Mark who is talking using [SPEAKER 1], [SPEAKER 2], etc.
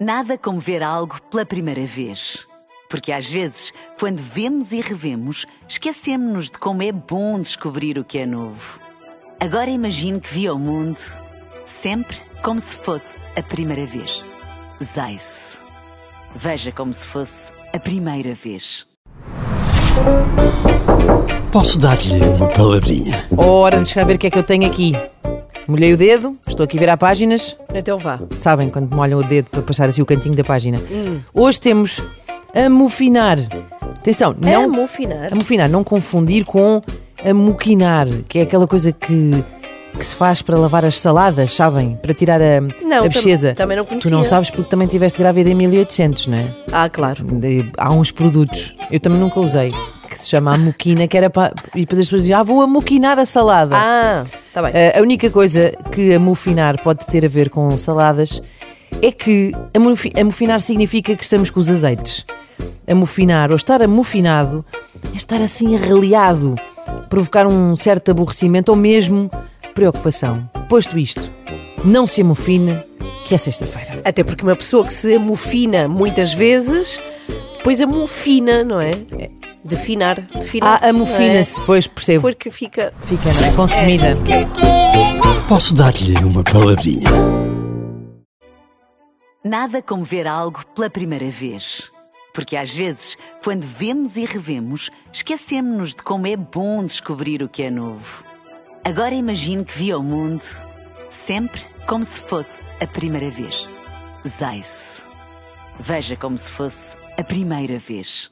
[SPEAKER 1] Nada como ver algo pela primeira vez. Porque às vezes, quando vemos e revemos, esquecemos-nos de como é bom descobrir o que é novo. Agora imagine que viu o mundo sempre como se fosse a primeira vez. Zais. Veja como se fosse a primeira vez.
[SPEAKER 2] Posso dar-lhe uma palavrinha?
[SPEAKER 3] Ora, deixa cá ver o que é que eu tenho aqui. Molhei o dedo, estou aqui a virar páginas.
[SPEAKER 4] Então vá.
[SPEAKER 3] Sabem quando molham o dedo para passar assim o cantinho da página?
[SPEAKER 4] Hum.
[SPEAKER 3] Hoje temos amofinar. Atenção,
[SPEAKER 4] É
[SPEAKER 3] não.
[SPEAKER 4] Amofinar.
[SPEAKER 3] amofinar, não confundir com amoquinar, que é aquela coisa que, que se faz para lavar as saladas, sabem? Para tirar a,
[SPEAKER 4] Não,
[SPEAKER 3] a bicheza.
[SPEAKER 4] tam- também não
[SPEAKER 3] Tu não
[SPEAKER 4] conhecia.
[SPEAKER 3] sabes porque também tiveste grávida em 1800, não é?
[SPEAKER 4] Ah, claro.
[SPEAKER 3] De- Há uns produtos, eu também nunca usei, que se chama amoquina, que era para. E depois as pessoas diziam, ah, vou amoquinar a salada.
[SPEAKER 4] Ah, está bem.
[SPEAKER 3] Ah, a única coisa que amofinar pode ter a ver com saladas é que amofi- amofinar significa que estamos com os azeites. Amofinar ou estar amofinado é estar assim arreliado, provocar um certo aborrecimento ou mesmo preocupação. Posto isto, não se amofina, que é sexta-feira.
[SPEAKER 4] Até porque uma pessoa que se amofina muitas vezes, pois amofina, não é? Definar. definar
[SPEAKER 3] Ah, amofina-se, pois percebo.
[SPEAKER 4] é? Porque fica.
[SPEAKER 3] Fica não é? consumida.
[SPEAKER 2] Posso dar-lhe uma palavrinha?
[SPEAKER 1] Nada como ver algo pela primeira vez. Porque às vezes, quando vemos e revemos, esquecemos-nos de como é bom descobrir o que é novo. Agora imagine que viu o mundo sempre como se fosse a primeira vez. Zais. Veja como se fosse a primeira vez.